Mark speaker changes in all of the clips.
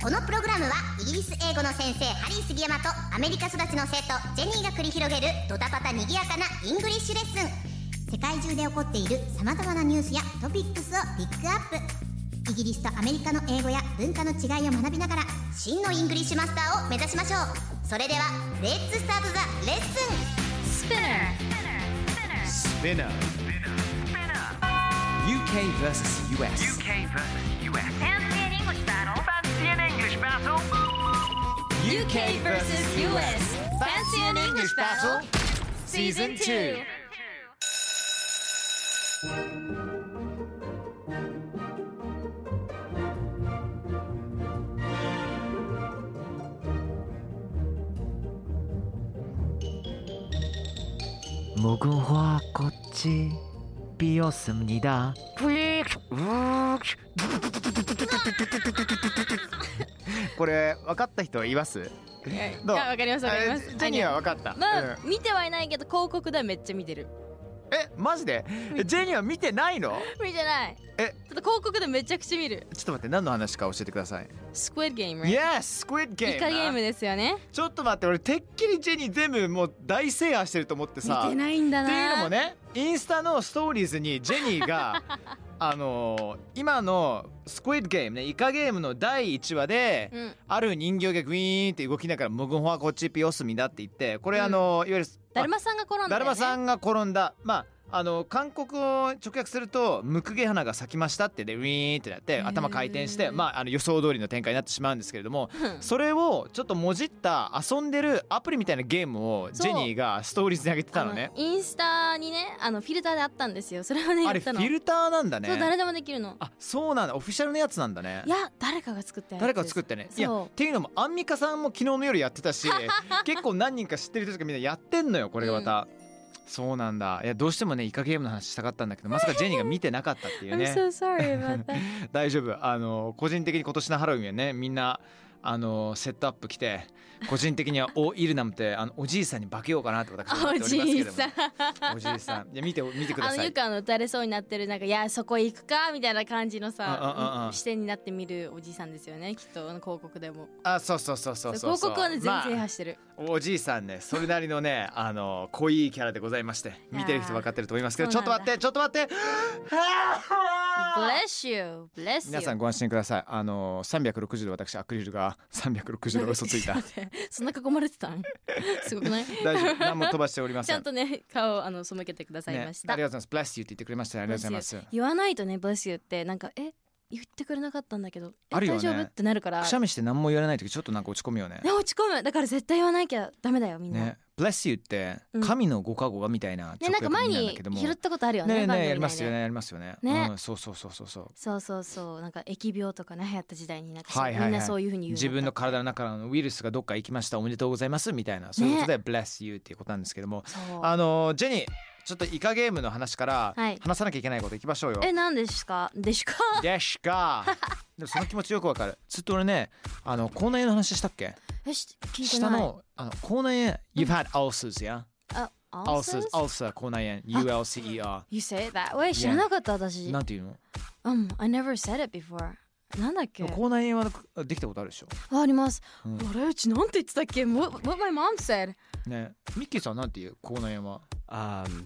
Speaker 1: このプログラムはイギリス英語の先生ハリー杉山とアメリカ育ちの生徒ジェニーが繰り広げるドタパタにぎやかなイングリッシュレッスン世界中で起こっているさまざまなニュースやトピックスをピックアップイギリスとアメリカの英語や文化の違いを学びながら真のイングリッシュマスターを目指しましょうそれではレッツスタートザレッスン
Speaker 2: Spinner. UK versus US.
Speaker 3: UK versus US. Fancy an English battle. Fancy an English battle.
Speaker 2: UK versus US.
Speaker 3: Fancy an English battle.
Speaker 2: Season 2.
Speaker 4: 목은 화꽃이 피었습니다.
Speaker 2: Spinner. これ分かった人いますどう
Speaker 5: あわかりますわかります
Speaker 2: えジェニーは分かった、
Speaker 5: まあ、
Speaker 2: うん
Speaker 5: 見てはいないけど広告ではめっちゃ見てる
Speaker 2: えマジでえジェニーは見てないの
Speaker 5: 見てない
Speaker 2: え
Speaker 5: ただ広告でめちゃくちゃ見る
Speaker 2: ちょっと待って何の話か教えてください
Speaker 5: スクエッゲーム
Speaker 2: Yes! Squid
Speaker 5: イ
Speaker 2: Game!
Speaker 5: カゲームですよね
Speaker 2: ちょっと待って俺てっきりジェニー全部もう大制覇してると思って
Speaker 5: 見
Speaker 2: さ
Speaker 5: てないんだ
Speaker 2: っ
Speaker 5: な
Speaker 2: ていうのもねインスタのストーリーズにジェニー があのー今のスクイッドゲームねイカゲームの第1話で、
Speaker 5: うん
Speaker 2: ある人形がグイーンって動きながら「ムグンホアこっちピオスミだ」って言ってこれ
Speaker 5: うん
Speaker 2: あのー、いわゆる
Speaker 5: だるまさんが転んだよ、ね、
Speaker 2: だるまさ
Speaker 5: ん
Speaker 2: んが転んだまああの韓国を直訳すると「ムクゲ花が咲きました」ってでウィーンってなって
Speaker 5: ー
Speaker 2: 頭回転して、まあ、あの予想通りの展開になってしまうんですけれどもそれをちょっともじった遊んでるアプリみたいなゲームをジェニーがストーリーズに上げてたのね。
Speaker 5: インスタにねあのフィルターであったんですよそれをね
Speaker 2: あ
Speaker 5: や
Speaker 2: れ
Speaker 5: っ
Speaker 2: フ
Speaker 5: たの
Speaker 2: ィルターなんだね。
Speaker 5: そう誰でもできるの
Speaker 2: あそうなんだオフィシャルのやつなんだね
Speaker 5: い。や誰かが作ったやつ
Speaker 2: 誰かが作ってね。いや
Speaker 5: そう
Speaker 2: っていうのもアンミカさんも昨日の夜やって たし結構何人か知ってる人とかみんなやってんのよこれがまた。そうなんだいやどうしてもねイカゲームの話したかったんだけどまさかジェニーが見てなかったっていう
Speaker 5: I'm
Speaker 2: ね
Speaker 5: so sorry about that
Speaker 2: 大丈夫あの個人的に今年のハロウィンはねみんなあのセットアップ来て個人的にはおイルナムってあのおじいさんに化けようかなって私は思っ
Speaker 5: お
Speaker 2: ておりますけ
Speaker 5: じ
Speaker 2: れ
Speaker 5: い
Speaker 2: ども
Speaker 5: さん
Speaker 2: おじいさんいや見て見てくだ
Speaker 5: あ
Speaker 2: さ
Speaker 5: の
Speaker 2: い
Speaker 5: よくあの打たれそうになってるなんかいやそこ行くかみたいな感じの
Speaker 2: うんうんうんう
Speaker 5: さ
Speaker 2: ん
Speaker 5: 視点になって見るおじさんですよねきっとあの広告でも
Speaker 2: あそうそうそうそうそう
Speaker 5: 広告はね全然
Speaker 2: まあ
Speaker 5: 発してる、
Speaker 2: おじいさんねそれなりの ねあの濃いキャラでございまして見てる人分かってると思いますけどち
Speaker 5: そ
Speaker 2: ょっ
Speaker 5: う
Speaker 2: と
Speaker 5: なん
Speaker 2: 待っ
Speaker 5: だ
Speaker 2: てちょっと待ってあー
Speaker 5: Bless you Bless you
Speaker 2: 皆さんご安心くださいあの360度私アクリルが360度嘘つい た
Speaker 5: そんな囲まれてたん すごくない
Speaker 2: 大丈夫何も飛ばしておりま
Speaker 5: ち
Speaker 2: せ
Speaker 5: ゃ
Speaker 2: ん
Speaker 5: んとね顔をあの背けてください
Speaker 2: ねあり
Speaker 5: ま
Speaker 2: が
Speaker 5: した、
Speaker 2: とうございます Bless you って言ってくれましたねありがとうございます
Speaker 5: Bless you 言わないとね Bless you ってなんかえ言ってくれなかったんだけどえ
Speaker 2: あるよね
Speaker 5: 大丈夫ってなるから
Speaker 2: くしゃみして何も言われない時ちょっとなんか落ち込むよね
Speaker 5: ね落ち込むだから絶対言わなきゃダメだよみんなね
Speaker 2: ね Bless you って
Speaker 5: うん
Speaker 2: 神のご加護がみたいな直
Speaker 5: なんか
Speaker 2: 訳
Speaker 5: 前
Speaker 2: 意味なんだ
Speaker 5: に
Speaker 2: けども
Speaker 5: 拾ったことあるよ
Speaker 2: ね
Speaker 5: ね番組
Speaker 2: ね
Speaker 5: で
Speaker 2: やりますよねやりますよね
Speaker 5: ね
Speaker 2: うんそうそうそうそうそう
Speaker 5: そうそうそうなんか疫病とかね流行った時代になんかそう、
Speaker 2: はいはいはい
Speaker 5: みんなそういうふうに言う
Speaker 2: 自分の体
Speaker 5: 体
Speaker 2: の中のウイルスがどっか行きましたおめでとうございますみたいなそういうことで「bless you」っていうことなんですけども、
Speaker 5: そう
Speaker 2: あのジェニーちょっとイカゲームの話から
Speaker 5: はい
Speaker 2: 話さなきゃいけないこといきましょうよ。
Speaker 5: え何ですかで すか
Speaker 2: でし かでもその気持ちよくわかるずっと俺ねあの口内炎の話したっけ
Speaker 5: えし聞いて
Speaker 2: 下
Speaker 5: ない
Speaker 2: のあの口内炎「You've had ulcers や
Speaker 5: あ
Speaker 2: ulcers
Speaker 5: ulcers
Speaker 2: ulcer 口内炎 ULCER
Speaker 5: You say it that way? 知
Speaker 2: Yeah.
Speaker 5: らなかった私。
Speaker 2: なんていうの
Speaker 5: Um, I never said it before. なんだっけ
Speaker 2: でも口内炎はできたことあるでしょ、
Speaker 5: ああります。
Speaker 2: うん
Speaker 5: あれうちなんて言ってたっけ what, what my mom said?
Speaker 2: ねミッキーさんなんていう口内 炎は
Speaker 6: Um,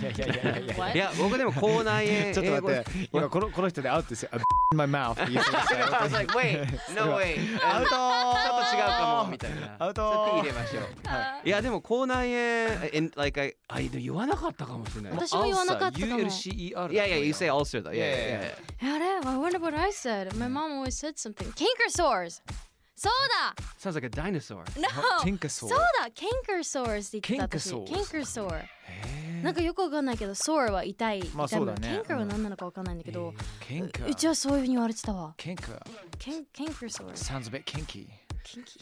Speaker 2: いやいやいやいや
Speaker 5: What?
Speaker 6: いや僕でも口内炎
Speaker 2: ちょっと待っ
Speaker 6: 英
Speaker 2: て今このこの人でアウトですよ A b- in my mouth って言ってまし
Speaker 6: 語で I
Speaker 2: た
Speaker 6: was like wait no way
Speaker 2: アウト
Speaker 6: ちょっと違うかもみたい
Speaker 2: ア
Speaker 6: な
Speaker 2: ウ
Speaker 6: ちょっと
Speaker 2: ト
Speaker 6: 入れましょういやでも口内炎 and like I あでも言わなかったかもしれない
Speaker 5: 私も言わなかったかも
Speaker 2: ULCER
Speaker 6: いやいや you say ulcer だいやい
Speaker 2: Yeah,
Speaker 6: や
Speaker 2: yeah,
Speaker 6: いや
Speaker 5: えあれ I wonder what I said. My mom always said something. Canker sores! そうだ
Speaker 6: sounds like a dinosaur
Speaker 5: No!
Speaker 2: テンカソ
Speaker 5: そ
Speaker 2: ー
Speaker 5: うだ Canker sores って言ってた私。
Speaker 2: Canker sores
Speaker 5: Canker sore. なんかよくわかんないけど sore は痛い。
Speaker 2: まあそうだね
Speaker 5: 痛む Canker は何なのかわかんないんだけど、
Speaker 2: ケンカ
Speaker 5: うちはそういうふうに言われてたわ。
Speaker 2: ケンカ
Speaker 5: Can- Canker sores.
Speaker 2: sounds a bit kinky
Speaker 5: Kinky.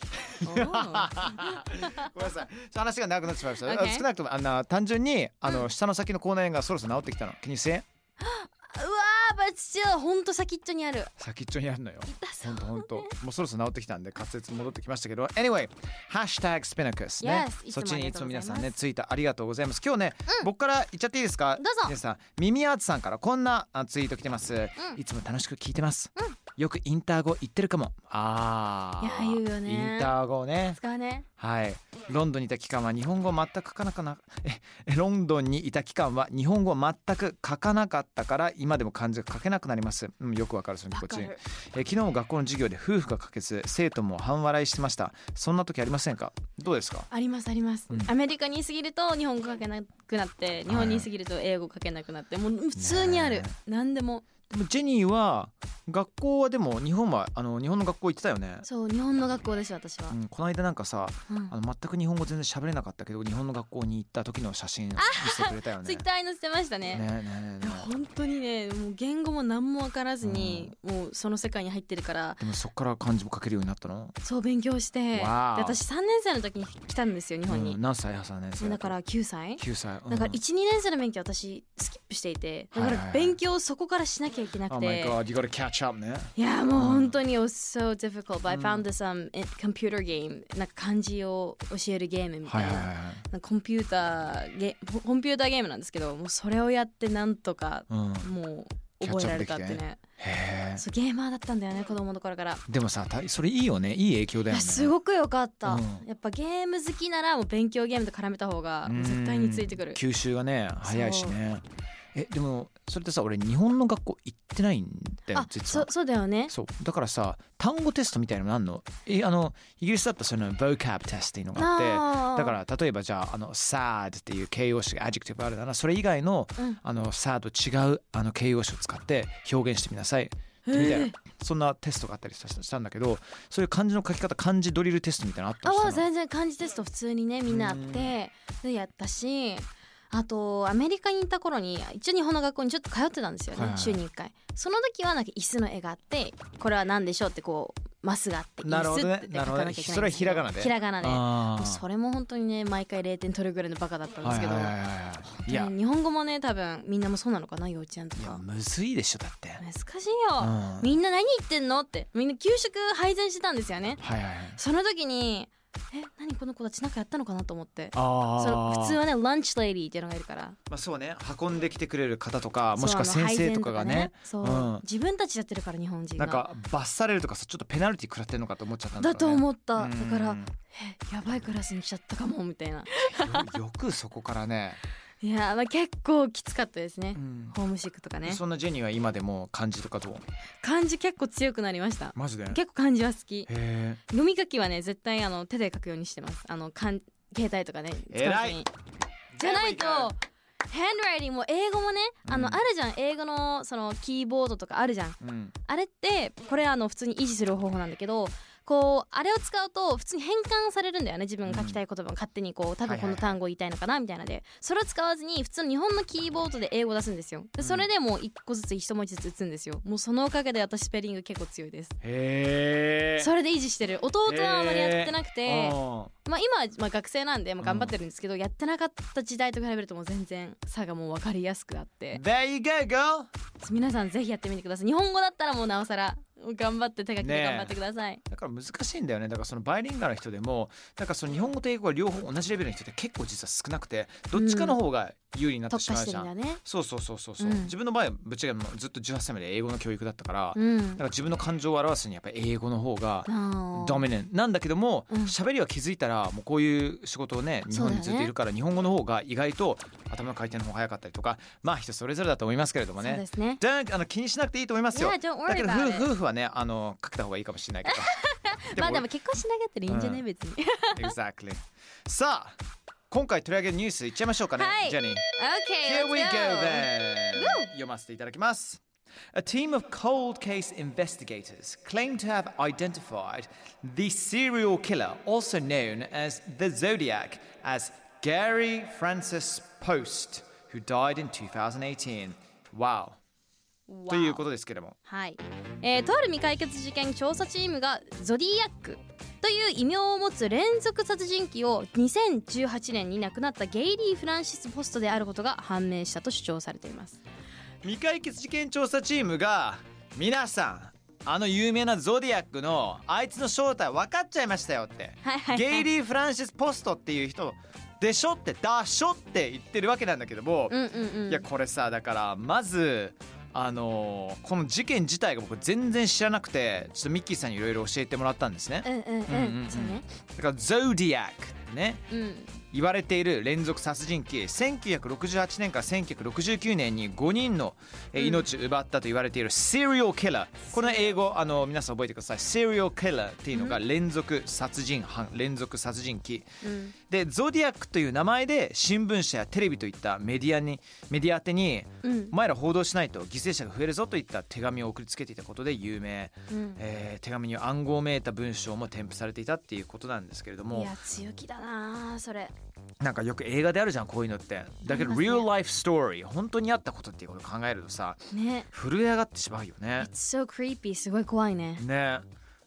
Speaker 2: ごめんなさい。ちょっと話が長くなってしまいました。
Speaker 5: Okay.
Speaker 2: 少なくともあんな単純にあの、下の先の口内炎がそろそろ治ってきたの。気にせ
Speaker 5: Ah, but still, ほんと先っちょにある。
Speaker 2: 先っちょにあるのよ。
Speaker 5: そ
Speaker 2: ほ
Speaker 5: うん
Speaker 2: とほんと。もうそろそろ治ってきたんで滑舌戻ってきましたけど。Anyway、ハッシュタグスピナクスね。
Speaker 5: Yes いつ
Speaker 2: そ
Speaker 5: も
Speaker 2: っちにいつも皆さん
Speaker 5: あり
Speaker 2: ね
Speaker 5: がとうござい
Speaker 2: ツイートありがとうございます。今日ね、僕から言っちゃっていいですか。
Speaker 5: どうぞ
Speaker 2: 皆さん、ミミアーツさんからこんなあツイート来てます、いつも楽しく聞いてます。よくインター語言ってるかも。ああ。
Speaker 5: いや言うよね
Speaker 2: インター語ね。
Speaker 5: 使うね。
Speaker 2: はい、ロンドンにいた期間は日本語全く書かなかなえロンドンにいた期間は日本語全く書かなかったから今でも漢字が書けなくなります、うん、よくわかるその気持ち
Speaker 5: わかる
Speaker 2: え昨日も学校の授業で夫婦が書けず生徒も半笑いしてましたそんな時ありませんかどうですか
Speaker 5: ありますあります、
Speaker 2: うん
Speaker 5: アメリカにいすぎると日本語書けなくなって日本にいすぎると英語書けなくなってもう普通にある、
Speaker 2: ね
Speaker 5: 何でも
Speaker 2: でもジェニーは学校はでも日本はあの日本の学校行ってたよね、
Speaker 5: そう日本の学校です私は
Speaker 2: う、ん、この間なんかさ
Speaker 5: うん
Speaker 2: あの全く日本語全然喋れなかったけど日本の学校に行った時の写真見せてくれたよね
Speaker 5: ツイッターに載せてましたね
Speaker 2: ねねね
Speaker 5: いや
Speaker 2: ね
Speaker 5: 本当にねもう言語も何も分からずに、もうその世界に入ってるから
Speaker 2: でもそっから漢字も書けるようになったの
Speaker 5: そう勉強してで
Speaker 2: わお
Speaker 5: 私3年生の時に来たんですよ日本に、
Speaker 2: うん、何歳挟んで
Speaker 5: そうだから9歳
Speaker 2: 9歳、
Speaker 5: だから12年生の免許私スキップしていてだか
Speaker 2: はいはいは
Speaker 5: ら
Speaker 2: い
Speaker 5: 勉強をそこからしなきゃいけなく
Speaker 2: あ
Speaker 5: て、
Speaker 2: god you gotta catch up ね
Speaker 5: いやもう本当に it was so difficult but I
Speaker 2: うん
Speaker 5: found this um in- computer game なんか漢字を教えるゲームみた
Speaker 2: はい
Speaker 5: い
Speaker 2: はいはい
Speaker 5: ななんかコンピューターゲコンピューターゲームなんですけどもうそれをやってなんとか
Speaker 2: はい、うん、
Speaker 5: もう覚えられたって
Speaker 2: キャッチア
Speaker 5: ね
Speaker 2: へえ
Speaker 5: そうゲーマーだったんだよね子供の頃から
Speaker 2: でもさたそれいいよねいい影響
Speaker 5: い
Speaker 2: だよ
Speaker 5: や
Speaker 2: ね
Speaker 5: すごく良かった
Speaker 2: うん
Speaker 5: やっぱゲーム好きならもう勉強ゲームと絡めた方が
Speaker 2: うん
Speaker 5: 絶対についてくる
Speaker 2: 吸収がね早いしねえでもそれってさ俺日本の学校行ってないんだよ
Speaker 5: あ
Speaker 2: 実
Speaker 5: そ
Speaker 2: は
Speaker 5: うそうだよね
Speaker 2: そうだからさ単語テストみたいなのあんのえあのイギリスだったらその vocab テストっていうのがあって
Speaker 5: あー
Speaker 2: だから例えばじゃああの sad っていう形容詞が adjective があるならそれ以外の、
Speaker 5: うん
Speaker 2: あの sad と違うあの形容詞を使って表現してみなさいみたいなそんなテストがあったりしたしたんだけどそういう漢字の書き方漢字ドリルテストみたいなのあったり
Speaker 5: あ
Speaker 2: した
Speaker 5: あ
Speaker 2: の
Speaker 5: 全然漢字テスト普通にねみんなあってでやったしあとアメリカに行った頃に一応日本の学校にちょっと通ってたんですよね、
Speaker 2: はいはい
Speaker 5: 週に1回その時はなんか椅子の絵があってこれは何でしょうってこうマスがあって
Speaker 2: な
Speaker 5: 椅
Speaker 2: るほ
Speaker 5: 子
Speaker 2: どね
Speaker 5: って書かなきゃいけないんですけど
Speaker 2: なるほどねそれはひらがなで
Speaker 5: ひらがなでも
Speaker 2: あ
Speaker 5: う
Speaker 2: ー
Speaker 5: それも本当にね毎回0点取るぐらいのバカだったんですけど、
Speaker 2: はいはいはいはいいや
Speaker 5: 日本語もね多分みんなもそうなのかな幼稚園と
Speaker 2: いや
Speaker 5: か
Speaker 2: むずいでしょだってはい
Speaker 5: 難しいよ、
Speaker 2: うん
Speaker 5: みんな何言ってんのってみんな給食配膳してたんですよね
Speaker 2: はいはい
Speaker 5: その時にえ何この子たちなんかやったのかなと思って
Speaker 2: あ
Speaker 5: その
Speaker 2: あ
Speaker 5: 普通はねランチレディーっていうのがいるから
Speaker 2: まあそうね運んできてくれる方とかもしくは
Speaker 5: そうあの
Speaker 2: 先生とかがね
Speaker 5: 配膳とかねそう、
Speaker 2: うん
Speaker 5: 自分たちやってるから日本人が
Speaker 2: なんか罰されるとかさちょっとペナルティ食らってるのかと思っちゃったんだ
Speaker 5: だと思
Speaker 2: っ
Speaker 5: っただから
Speaker 2: うん
Speaker 5: えやばいクラスにしちゃったかもみたいな
Speaker 2: よよくそこからね、
Speaker 5: いやまあ結構きつかったです ね
Speaker 2: う、ん
Speaker 5: ホームシックとかね
Speaker 2: そんなジェニーは今でも漢字とかどう
Speaker 5: 漢字結構強くなりました
Speaker 2: マジでへ
Speaker 5: 結構漢字は好き
Speaker 2: え
Speaker 5: 読み書きはね絶対あの手で書くようにしてますあの漢携帯とかね使わず
Speaker 2: 偉
Speaker 5: に
Speaker 2: い
Speaker 5: じゃないと handwriting も英語もねあの、
Speaker 2: うん
Speaker 5: あるじゃん英語のそのキーボードとかあるじゃん
Speaker 2: うん
Speaker 5: あれってこれあの普通に維持する方法なんだけどこうあれを使うと普通に変換されるんだよね自分が書きたい言葉を勝手にこう多分この単語言いたいのかなみたいなのでそれを使わずに普通の日本のキーボードで英語を出すんですよでそれでもう一個ずつ一文字ずつ打つんですよもうそのおかげで私スペリング結構強いです
Speaker 2: へえ
Speaker 5: それで維持してる弟はあまりやってなくて、
Speaker 2: あ
Speaker 5: まあ、今はまあ学生なんでまあ頑張ってるんですけど、やってなかった時代と比べるともう全然差がもう分かりやすくなって
Speaker 2: ー There you go,
Speaker 5: 皆さんぜひやってみてください日本語だったらもうなおさら頑張って手書き
Speaker 2: ね
Speaker 5: で
Speaker 2: え
Speaker 5: 頑張ってください、
Speaker 2: だから難しいんだよねだからそのバイリンガルの人でもだからその日本語と英語が両方同じレベルの人って結構実は少なくてどっちかの方が有利になって
Speaker 5: 特
Speaker 2: しま
Speaker 5: 化
Speaker 2: う
Speaker 5: して
Speaker 2: じ
Speaker 5: る
Speaker 2: ゃ
Speaker 5: ん
Speaker 2: ん、
Speaker 5: だね
Speaker 2: そうそうそうそうそう、
Speaker 5: うん
Speaker 2: 自分の場合はぶっちゃけもうずっと18歳まで英語の教育だったから、だ
Speaker 5: うん
Speaker 2: から自分の感情を表すにやっぱり英語の方が
Speaker 5: あ
Speaker 2: ダメねなんだけども
Speaker 5: うん
Speaker 2: 喋、りは気づいたらもうこういう仕事をね日
Speaker 5: そう
Speaker 2: 本
Speaker 5: だね
Speaker 2: にずっといるから、日本語の方が意外と頭の回転の方が早かったりとかまあ人それぞれだと思いますけれども
Speaker 5: そうで
Speaker 2: ね
Speaker 5: すね
Speaker 2: じゃああの気にしなくていいと思いますよ
Speaker 5: Yeah, don't
Speaker 2: だけ
Speaker 5: worry
Speaker 2: ど夫
Speaker 5: about
Speaker 2: 婦
Speaker 5: it
Speaker 2: 夫婦はねあのかけた方がいいかもしれないけ ど
Speaker 5: まあでも結婚しなかったらいいんじゃない、
Speaker 2: うん
Speaker 5: 別 に OK
Speaker 2: 俺 exactly さあ今回取り上げるニュースいっちゃいましょうかね、
Speaker 5: はい
Speaker 2: ジェニー Here
Speaker 5: let's
Speaker 2: we go
Speaker 5: go
Speaker 2: then. 読ませていただきます。A team of cold case investigators claim to have identified the serial killer, also known as the Zodiac, as Gary Francis Post, who died in 2018. Wow. ということですけども
Speaker 5: はい、えーとある未解決事件調査チームがゾディアックという異名を持つ連続殺人鬼を2018年に亡くなったゲイリー・フランシス・ポストであることが判明したと主張されています
Speaker 2: 未解決事件調査チームが皆さんあの有名なゾディアックのあいつの正体分かっちゃいましたよって
Speaker 5: はいはいはい
Speaker 2: ゲイリー・フランシス・ポストっていう人でしょってだしょって言ってるわけなんだけども、
Speaker 5: うんうんうん
Speaker 2: いやこれさだからまずあのーこの事件自体が僕全然知らなくてちょっとミッキーさんにいろいろ教えてもらったんですね
Speaker 5: うんうんうん
Speaker 2: うんうんうん
Speaker 5: そうね
Speaker 2: だからゾディアックってね
Speaker 5: うん
Speaker 2: 言われている連続殺人鬼1968年から1969年に5人のえー
Speaker 5: うん
Speaker 2: 命を奪ったと言われている serial killer、この英語あの皆さん覚えてください serial killer っていうのが連続殺人犯、連続殺人鬼
Speaker 5: うん
Speaker 2: でゾディアックという名前で新聞社やテレビといったメディアにメディア宛てに
Speaker 5: うん
Speaker 2: お前ら報道しないと犠牲者が増えるぞといった手紙を送りつけていたことで有名、
Speaker 5: うん
Speaker 2: えー手紙には暗号をめいた文章も添付されていたっていうことなんですけれども
Speaker 5: いや強気だなあそれ
Speaker 2: なんかよく映画であるじゃんこういうのってだけど
Speaker 5: ありますね
Speaker 2: real life story 本当にあったことっていうことを考えるとさ
Speaker 5: ね
Speaker 2: 震え上がってしまうよね
Speaker 5: It's so creepy すごい怖いね
Speaker 2: ね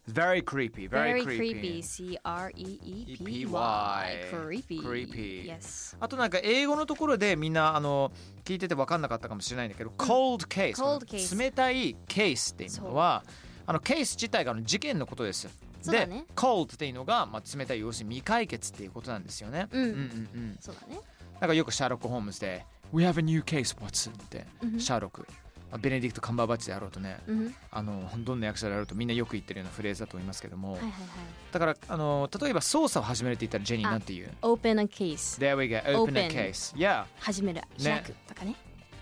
Speaker 2: very creepy very creepy
Speaker 5: C R E E P Y
Speaker 2: EPY
Speaker 5: creepy
Speaker 2: Creepy
Speaker 5: yes
Speaker 2: あとなんか英語のところでみんなあの聞いてて分かんなかったかもしれないんだけど cold case
Speaker 5: cold case
Speaker 2: この冷たいケースっていうのはあのケース自体があの事件のことです
Speaker 5: そうだね
Speaker 2: で cold っていうのが、まあ、冷たい要するに未解決っていうことなんですよね
Speaker 5: うん
Speaker 2: うんうん
Speaker 5: そうだね
Speaker 2: なんかよくシャーロック・ホームズで「We have a new case, Watson」って、
Speaker 5: うん
Speaker 2: シャーロック、まあベネディクト・カンバーバッチであろうとね、
Speaker 5: うん
Speaker 2: あのどんな役者であろうとみんなよく言ってるようなフレーズだと思いますけども、
Speaker 5: はいはいはい
Speaker 2: だからあの例えば捜査を始めるって言ったらジェニー
Speaker 5: あ
Speaker 2: なんて言う
Speaker 5: open a case
Speaker 2: ?There we go, open a
Speaker 5: Open
Speaker 2: case. Yeah.
Speaker 5: 始める開くとかね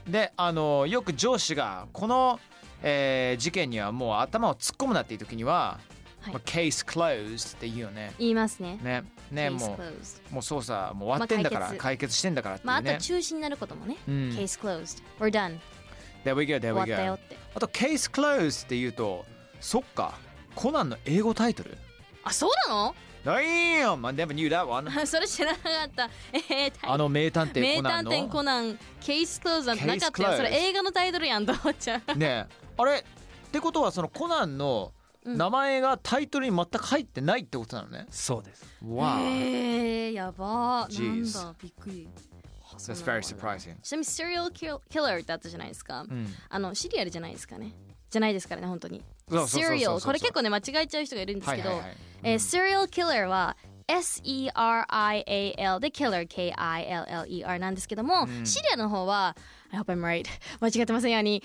Speaker 2: であのよく上司がこの、えー事件にはもう頭を突っ込むなっていう時には、
Speaker 5: はい
Speaker 2: まあ Case closed って言うよね。
Speaker 5: 言いますね
Speaker 2: ねね
Speaker 5: case
Speaker 2: も
Speaker 5: closed
Speaker 2: うもう捜査もう終わってんだから、
Speaker 5: まあ解
Speaker 2: 解
Speaker 5: 決
Speaker 2: 決してんだからっていう
Speaker 5: まああと
Speaker 2: ね
Speaker 5: は。中止になることもね
Speaker 2: うん
Speaker 5: case closed we're done
Speaker 2: There we go, there
Speaker 5: 終
Speaker 2: we
Speaker 5: わ
Speaker 2: go.
Speaker 5: ったよって
Speaker 2: あと「ケース・クローズ」って言うとそっかコナンの英語タイトル
Speaker 5: あそうな
Speaker 2: Damn! I never knew that one
Speaker 5: のそれ知らなかったえー大
Speaker 2: あの名探偵
Speaker 5: 名
Speaker 2: コナン
Speaker 5: 探
Speaker 2: の
Speaker 5: 偵コナンケースクローズなんてなかった
Speaker 2: Case
Speaker 5: よ
Speaker 2: closed
Speaker 5: それ映画のタイトルやんと思っちゃう
Speaker 2: ねえあれってことはそのコナンの
Speaker 5: うん
Speaker 2: 名前がタイトルに全く入ってないってことなのね、
Speaker 6: そうです。
Speaker 2: わあ、
Speaker 5: えー、やばー
Speaker 2: Jeez
Speaker 5: なんだびっくり
Speaker 2: That's very surprising
Speaker 5: ちなみに serial kill- killer ってあったじゃないですか、
Speaker 2: うん
Speaker 5: あのシリアルじゃないですかねじゃないですからね本当に
Speaker 2: そうそうそうそうそう
Speaker 5: serial これ結構ね間違えちゃう人がいるんですけど、
Speaker 2: はいはいはい
Speaker 5: えー serial killer は SERIAL で killer K-I-L-L-E-R なんですけども、シリアルの方は I hope I'm right 間違ってませんように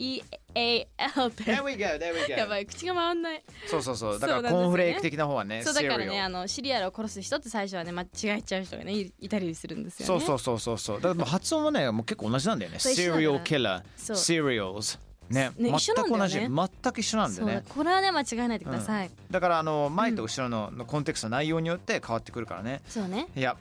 Speaker 5: C-E-R-E-A-L って
Speaker 2: There we go, there we go
Speaker 5: やばい口が回んない
Speaker 2: そうそうそうだ
Speaker 5: そ
Speaker 2: か
Speaker 5: う
Speaker 2: ら
Speaker 5: なんですよ
Speaker 2: コ
Speaker 5: ね
Speaker 2: ーンフレーク的な方はね
Speaker 5: そうだから
Speaker 2: cereal
Speaker 5: ねあのシリアルを殺す人って最初はね間違えちゃう人がねいいたりするんですよね
Speaker 2: そうそうそうそうそうだからもう発音もねもう結構同じなんだよね
Speaker 5: そう一緒なんだ
Speaker 2: Serial killer
Speaker 5: そう
Speaker 2: Serials ね
Speaker 5: ね
Speaker 2: 全
Speaker 5: 一緒なん
Speaker 2: く
Speaker 5: だ
Speaker 2: 同
Speaker 5: よ
Speaker 2: じ
Speaker 5: ね
Speaker 2: 全く一緒なんだ
Speaker 5: そ
Speaker 2: よ
Speaker 5: う
Speaker 2: ね
Speaker 5: だこれはね間違えないでください、
Speaker 2: だからあの前と後ろののコンテクストの内容によって変わってくるからね
Speaker 5: そうね
Speaker 2: いや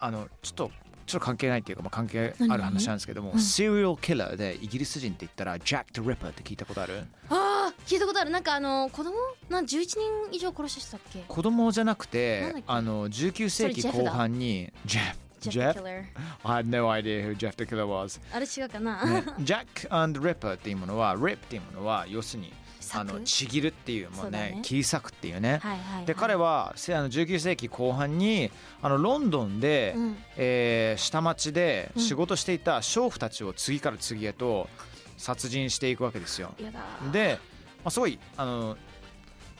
Speaker 2: あのちょっとちょっと関係ないっていうか、まあ、関係ある話なんですけども、
Speaker 5: 何
Speaker 2: Serial Killer でイギリス人って言ったら Jack the Ripper って聞いたことある
Speaker 5: ああ聞いたことあるなんかあの子供なん11人以上殺した人だっけ
Speaker 2: 子供じゃなく
Speaker 5: なん
Speaker 2: て
Speaker 5: だっけ
Speaker 2: あの19世紀
Speaker 5: それ Jeff
Speaker 2: 後
Speaker 5: だ
Speaker 2: 半に Jeff
Speaker 5: Jeff
Speaker 2: Jeff?
Speaker 5: the Killer
Speaker 2: I had no idea who Jeff the Killer was
Speaker 5: あれ違うかな、
Speaker 2: ね Jack and Ripper っていうものは Rip っていうものは要するに
Speaker 5: 柵
Speaker 2: あのちぎるっていうも
Speaker 5: そううだ
Speaker 2: ね
Speaker 5: ね
Speaker 2: 切り裂くっていうね、
Speaker 5: はいはい、はい、
Speaker 2: で彼はせあの19世紀後半にあのロンドンで、
Speaker 5: うん
Speaker 2: えー下町で仕事していた娼婦たちを次から次へと殺人していくわけですよ。
Speaker 5: やだ
Speaker 2: で、まあ、すごいあの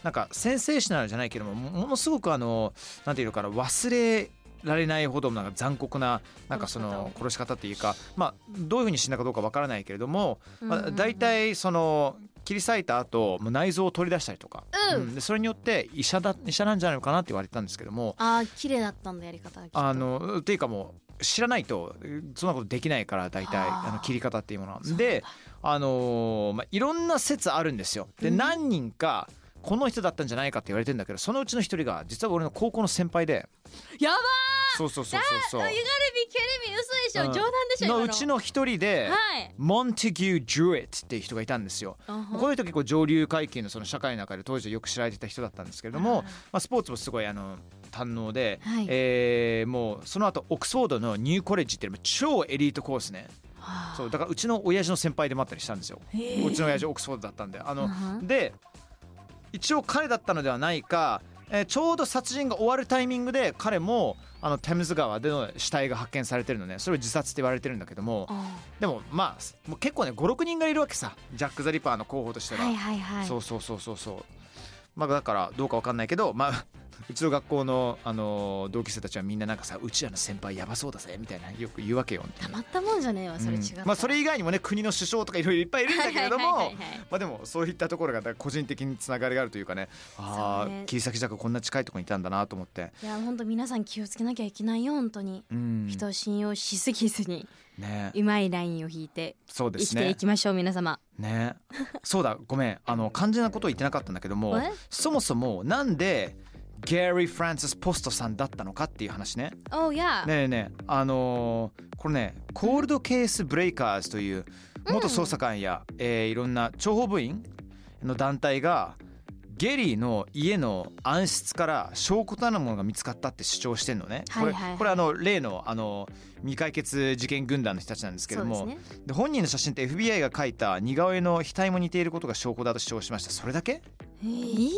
Speaker 2: なんかセンセーショナルじゃないけどももものすごくあのなんていうのかな忘れられないほどなんか残酷ななんかその殺し方っていうか、まあ、どういうふうに死んだかどうかわからないけれども、まあ、大体その切り裂いた後もう内臓を取り出したりとか、
Speaker 5: うん
Speaker 2: でそれによって医者だ医者なんじゃないのかなって言われてたんですけども
Speaker 5: ああ綺麗だったんだやり方はきっと
Speaker 2: あのっていうかもう知らないとそんなことできないから大体
Speaker 5: はあ
Speaker 2: あの切り方っていうものは
Speaker 5: そうなんだ
Speaker 2: であのーまあ、いろんな説あるんですよ。で、
Speaker 5: うん
Speaker 2: 何人かこの人だったんじゃないかって言われてんだけどそのうちの一人が実は俺の高校の先輩で
Speaker 5: やば
Speaker 2: そうそうそうそうそ
Speaker 5: ーあ You gotta be kidding me 嘘でしょ
Speaker 2: うん
Speaker 5: 冗談でしょ
Speaker 2: う
Speaker 5: 今
Speaker 2: の
Speaker 5: の
Speaker 2: うちの一人で、
Speaker 5: はい
Speaker 2: モンティギュー・ジュエットっていう人がいたんですよ。
Speaker 5: あは
Speaker 2: この人結構上流階級のその社会の中で当時よく知られてた人だったんですけれども、
Speaker 5: あー
Speaker 2: まあ、スポーツもすごいあの堪能で、
Speaker 5: はい
Speaker 2: えーもうその後オックスフォードのニューコレッジっていうのも超エリートコースねそうだからうちの親父の先輩でもあったりしたんですよ、うちの親父オックスフォードだったんであの、で一応彼だったのではないか、えーちょうど殺人が終わるタイミングで彼もあのテムズ川での死体が発見されてるのねそれを自殺って言われてるんだけどもでもまあもう結構ね56人がいるわけさジャック・ザ・リパーの候補としては、
Speaker 5: はいはいはい
Speaker 2: そうそうそうそうそうまあだからどうかわかんないけどまあ うちの学校の、あのー同級生たちはみんななんかさうちらの先輩やばそうだぜみたいなよく言うわけよみた
Speaker 5: た
Speaker 2: い
Speaker 5: ま
Speaker 2: な
Speaker 5: ったもんじゃねえわそれ違う、
Speaker 2: うんまあそれ以外にもね国の首相とかいろいろいっぱいいるんだけれど
Speaker 5: はいは
Speaker 2: も
Speaker 5: いはいはい
Speaker 2: まあでもそういったところがだから個人的につながりがあるというかねああ、
Speaker 5: そうね
Speaker 2: 切り裂きジャックこんな近いところにいたんだなと思って
Speaker 5: いや本当皆さん気をつけなきゃいけないよ本当に、
Speaker 2: うん
Speaker 5: 人を信用しすぎずに
Speaker 2: ね
Speaker 5: うまいラインを引いて
Speaker 2: そうで
Speaker 5: 生き
Speaker 2: す
Speaker 5: てい
Speaker 2: ね
Speaker 5: きましょう皆様
Speaker 2: ね そうだごめんあの肝心なことを言ってなかったんだけども
Speaker 5: え
Speaker 2: そもそもなんでゲーリー・フランシス・ポストさんだったのかっていう話ね
Speaker 5: Oh yeah
Speaker 2: ねえねえねえあのーこれねコールドケースブレイカーズという元捜査官や、えーいろんな諜報部員の団体がゲリーの家の暗室から証拠となるものが見つかったって主張してんのね。
Speaker 5: はいはいはい
Speaker 2: これこれあの例のあの未解決事件軍団の人たちなんですけど
Speaker 5: そ
Speaker 2: も
Speaker 5: うで
Speaker 2: で、
Speaker 5: すね
Speaker 2: 本人の写真って FBI が描いた似顔絵の額も似ていることが証拠だと主張しましたそれだけ
Speaker 5: えー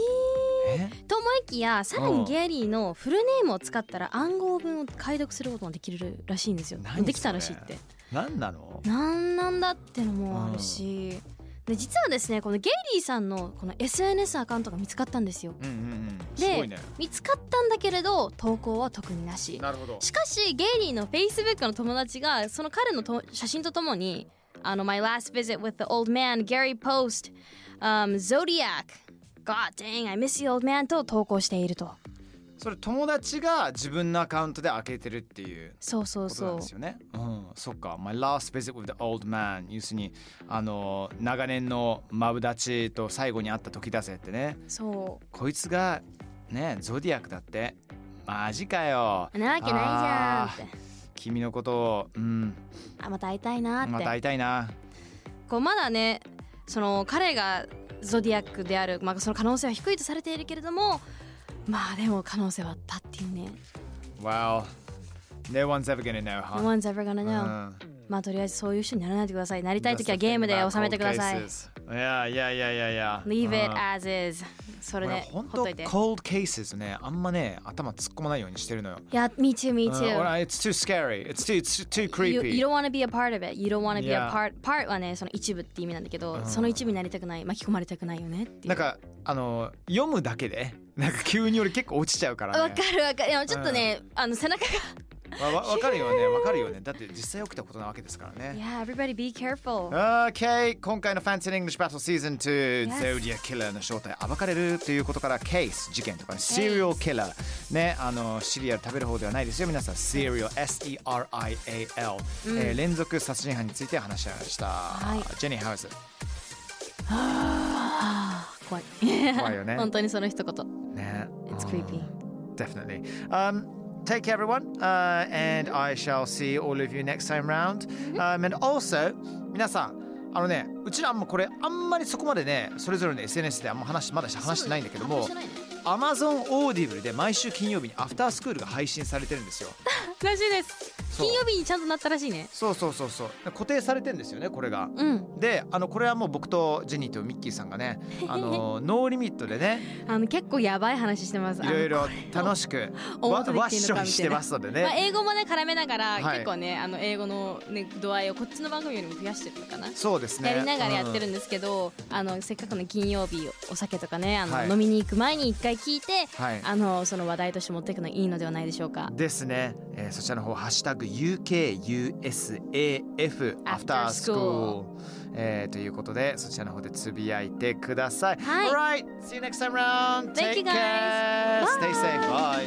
Speaker 2: え
Speaker 5: と思いきやさらにゲリーのフルネームを使ったら暗号文を解読することもできるらしいんですよ
Speaker 2: 何それ
Speaker 5: できたらしいって
Speaker 2: 何なの
Speaker 5: なんなんだってのもあるし、で実はですねこのゲイリーさんのこの SNS アカウントが見つかったんですよ
Speaker 2: うんうんうん
Speaker 5: です
Speaker 2: ごいね
Speaker 5: 見つかったんだけれど投稿は特になし
Speaker 2: なるほど
Speaker 5: しかしゲイリーの Facebook の友達がその彼のと写真とともにあの My last visit with the old man Gary Post、um, Zodiac God dang I miss you old man と投稿していると
Speaker 2: それ友達が自分のアカウントで開けてるっていう
Speaker 5: そうそう
Speaker 2: ことな
Speaker 5: そ
Speaker 2: ん
Speaker 5: う
Speaker 2: ですよね。うん、そっか。My last visit with the old man 要するにあの長年のマブダチと最後に会った時だぜってね。
Speaker 5: そ
Speaker 2: こいつがねゾディアックだって。マジかよ。
Speaker 5: うなわけないじゃんって
Speaker 2: 君のことをうん
Speaker 5: あまた会いたいなって、
Speaker 2: また会いたいな。
Speaker 5: こうまだねその彼がゾディアックである、まあ、その可能性は低いとされているけれどもまあでも可能性はあったっていうね
Speaker 2: Well, no one's ever gonna know,
Speaker 5: No
Speaker 2: huh?
Speaker 5: one's ever gonna
Speaker 2: う
Speaker 5: know、
Speaker 2: ん
Speaker 5: まあとりあえずそういう人にならないでくださいなりたい時はゲームで収めてください
Speaker 2: Yeah, yeah, yeah, yeah, yeah.
Speaker 5: Leave
Speaker 2: う
Speaker 5: it
Speaker 2: ん
Speaker 5: as is それ
Speaker 2: 俺
Speaker 5: でほ
Speaker 2: ほ
Speaker 5: っ
Speaker 2: んと
Speaker 5: といて
Speaker 2: cold cases ねあんまね頭突っ込まないようにしてるのよ。
Speaker 5: いや me too me
Speaker 2: うん俺
Speaker 5: too、
Speaker 2: は it's too scary. It's too, it's too
Speaker 5: You,
Speaker 2: creepy.
Speaker 5: you don't want to be a part of it. You don't want to be a
Speaker 2: Yeah.
Speaker 5: part. Part はね、その一部って意味なんだけど、その一部になりたくない、巻き込まれたくないよねっていう。
Speaker 2: なんかあの読むだけでなんか急に俺結構落ちちゃうからね。
Speaker 5: わかるわかる。いやちょっとね、あの 背中が。
Speaker 2: わわわかるよねわかるよねだって実際起きたことなわけですからね。
Speaker 5: Yeah, everybody be careful.
Speaker 2: OK 今回の Fancy in English Battle Season 2
Speaker 5: Yes
Speaker 2: Zodiac Killer の正体暴かれるということから Case 事件とか Serial Killer ねあのシリアル食べる方ではないですよ皆さん Serial S-E-R-I-A-L、えー連続殺人犯について話し合いました、
Speaker 5: い
Speaker 2: ジェニー・ハウ ス
Speaker 5: 怖い。
Speaker 2: 怖いよね
Speaker 5: 本当にその一言。
Speaker 2: ね
Speaker 5: It's creepy.
Speaker 2: Definitely. Um, take care, everyone. Uh, and I shall see all of you next time round. Um, and also, 皆さん、あのね、うちらもこれ、あんまりそこまでね、それぞれの SNS であんま話しまだし話してないんだけども
Speaker 5: そうだね発表して、
Speaker 2: Amazon Audible で毎週金曜日にアフタースクールが配信されてるんですよ。
Speaker 5: らしいです。
Speaker 2: そう
Speaker 5: 金曜日にちゃんとなったらしいね。
Speaker 2: そうそうそうそう。固定されてるんですよね、これが。
Speaker 5: うん。
Speaker 2: で、あのこれはもう僕とジェニーとミッキーさんがね、あ のノーリミットでね、
Speaker 5: あの結構やばい話してます。
Speaker 2: いろいろ
Speaker 5: あの
Speaker 2: 楽しく
Speaker 5: これを
Speaker 2: わ
Speaker 5: 表で
Speaker 2: わっ
Speaker 5: 言っていい
Speaker 2: し
Speaker 5: のかみた
Speaker 2: ょし
Speaker 5: いない
Speaker 2: てますのでね。
Speaker 5: まあ英語もね絡めながら、
Speaker 2: はい
Speaker 5: 結構ねあの英語のね度合いをこっちの番組よりも増やしてるのかな。
Speaker 2: そうですね。
Speaker 5: やりながらやってる
Speaker 2: うん
Speaker 5: んですけど、あのせっかくの金曜日お酒とかねあの、
Speaker 2: はい
Speaker 5: 飲みに行く前に一回聞いて、
Speaker 2: はい
Speaker 5: あのその話題として持っていくのいいのではないでしょうか。
Speaker 2: ですね、えー、そちらの方ハッシュタグ UKUSAF アフタースクー
Speaker 5: School
Speaker 2: ル、えー、ということでそちらの方でつぶやいてください。
Speaker 5: はい
Speaker 2: Alright, see you next time round.
Speaker 5: Thank you, guys.
Speaker 2: care. Stay safe. Bye.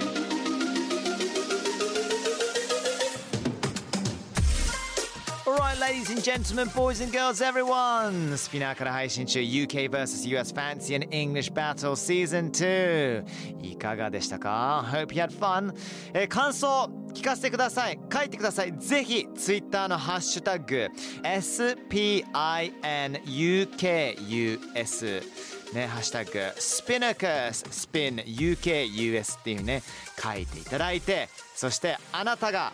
Speaker 2: Alright, ladies and gentlemen, boys and girls, everyone! スピナーから配信中 UK vs.US Fancy and English Battle Season 2いかがでしたか ?Hope you had fun! えー感想聞かせてください書いてくださいぜひ Twitter のハッシュタグ SPINUKUS ね、ハッシュタグスピナカススピン UKUS っていうね書いていただいてそしてあなたが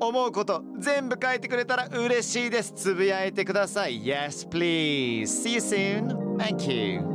Speaker 2: 思うこと全部書いてくれたら嬉しいですつぶやいてください Yes please See you soon Thank you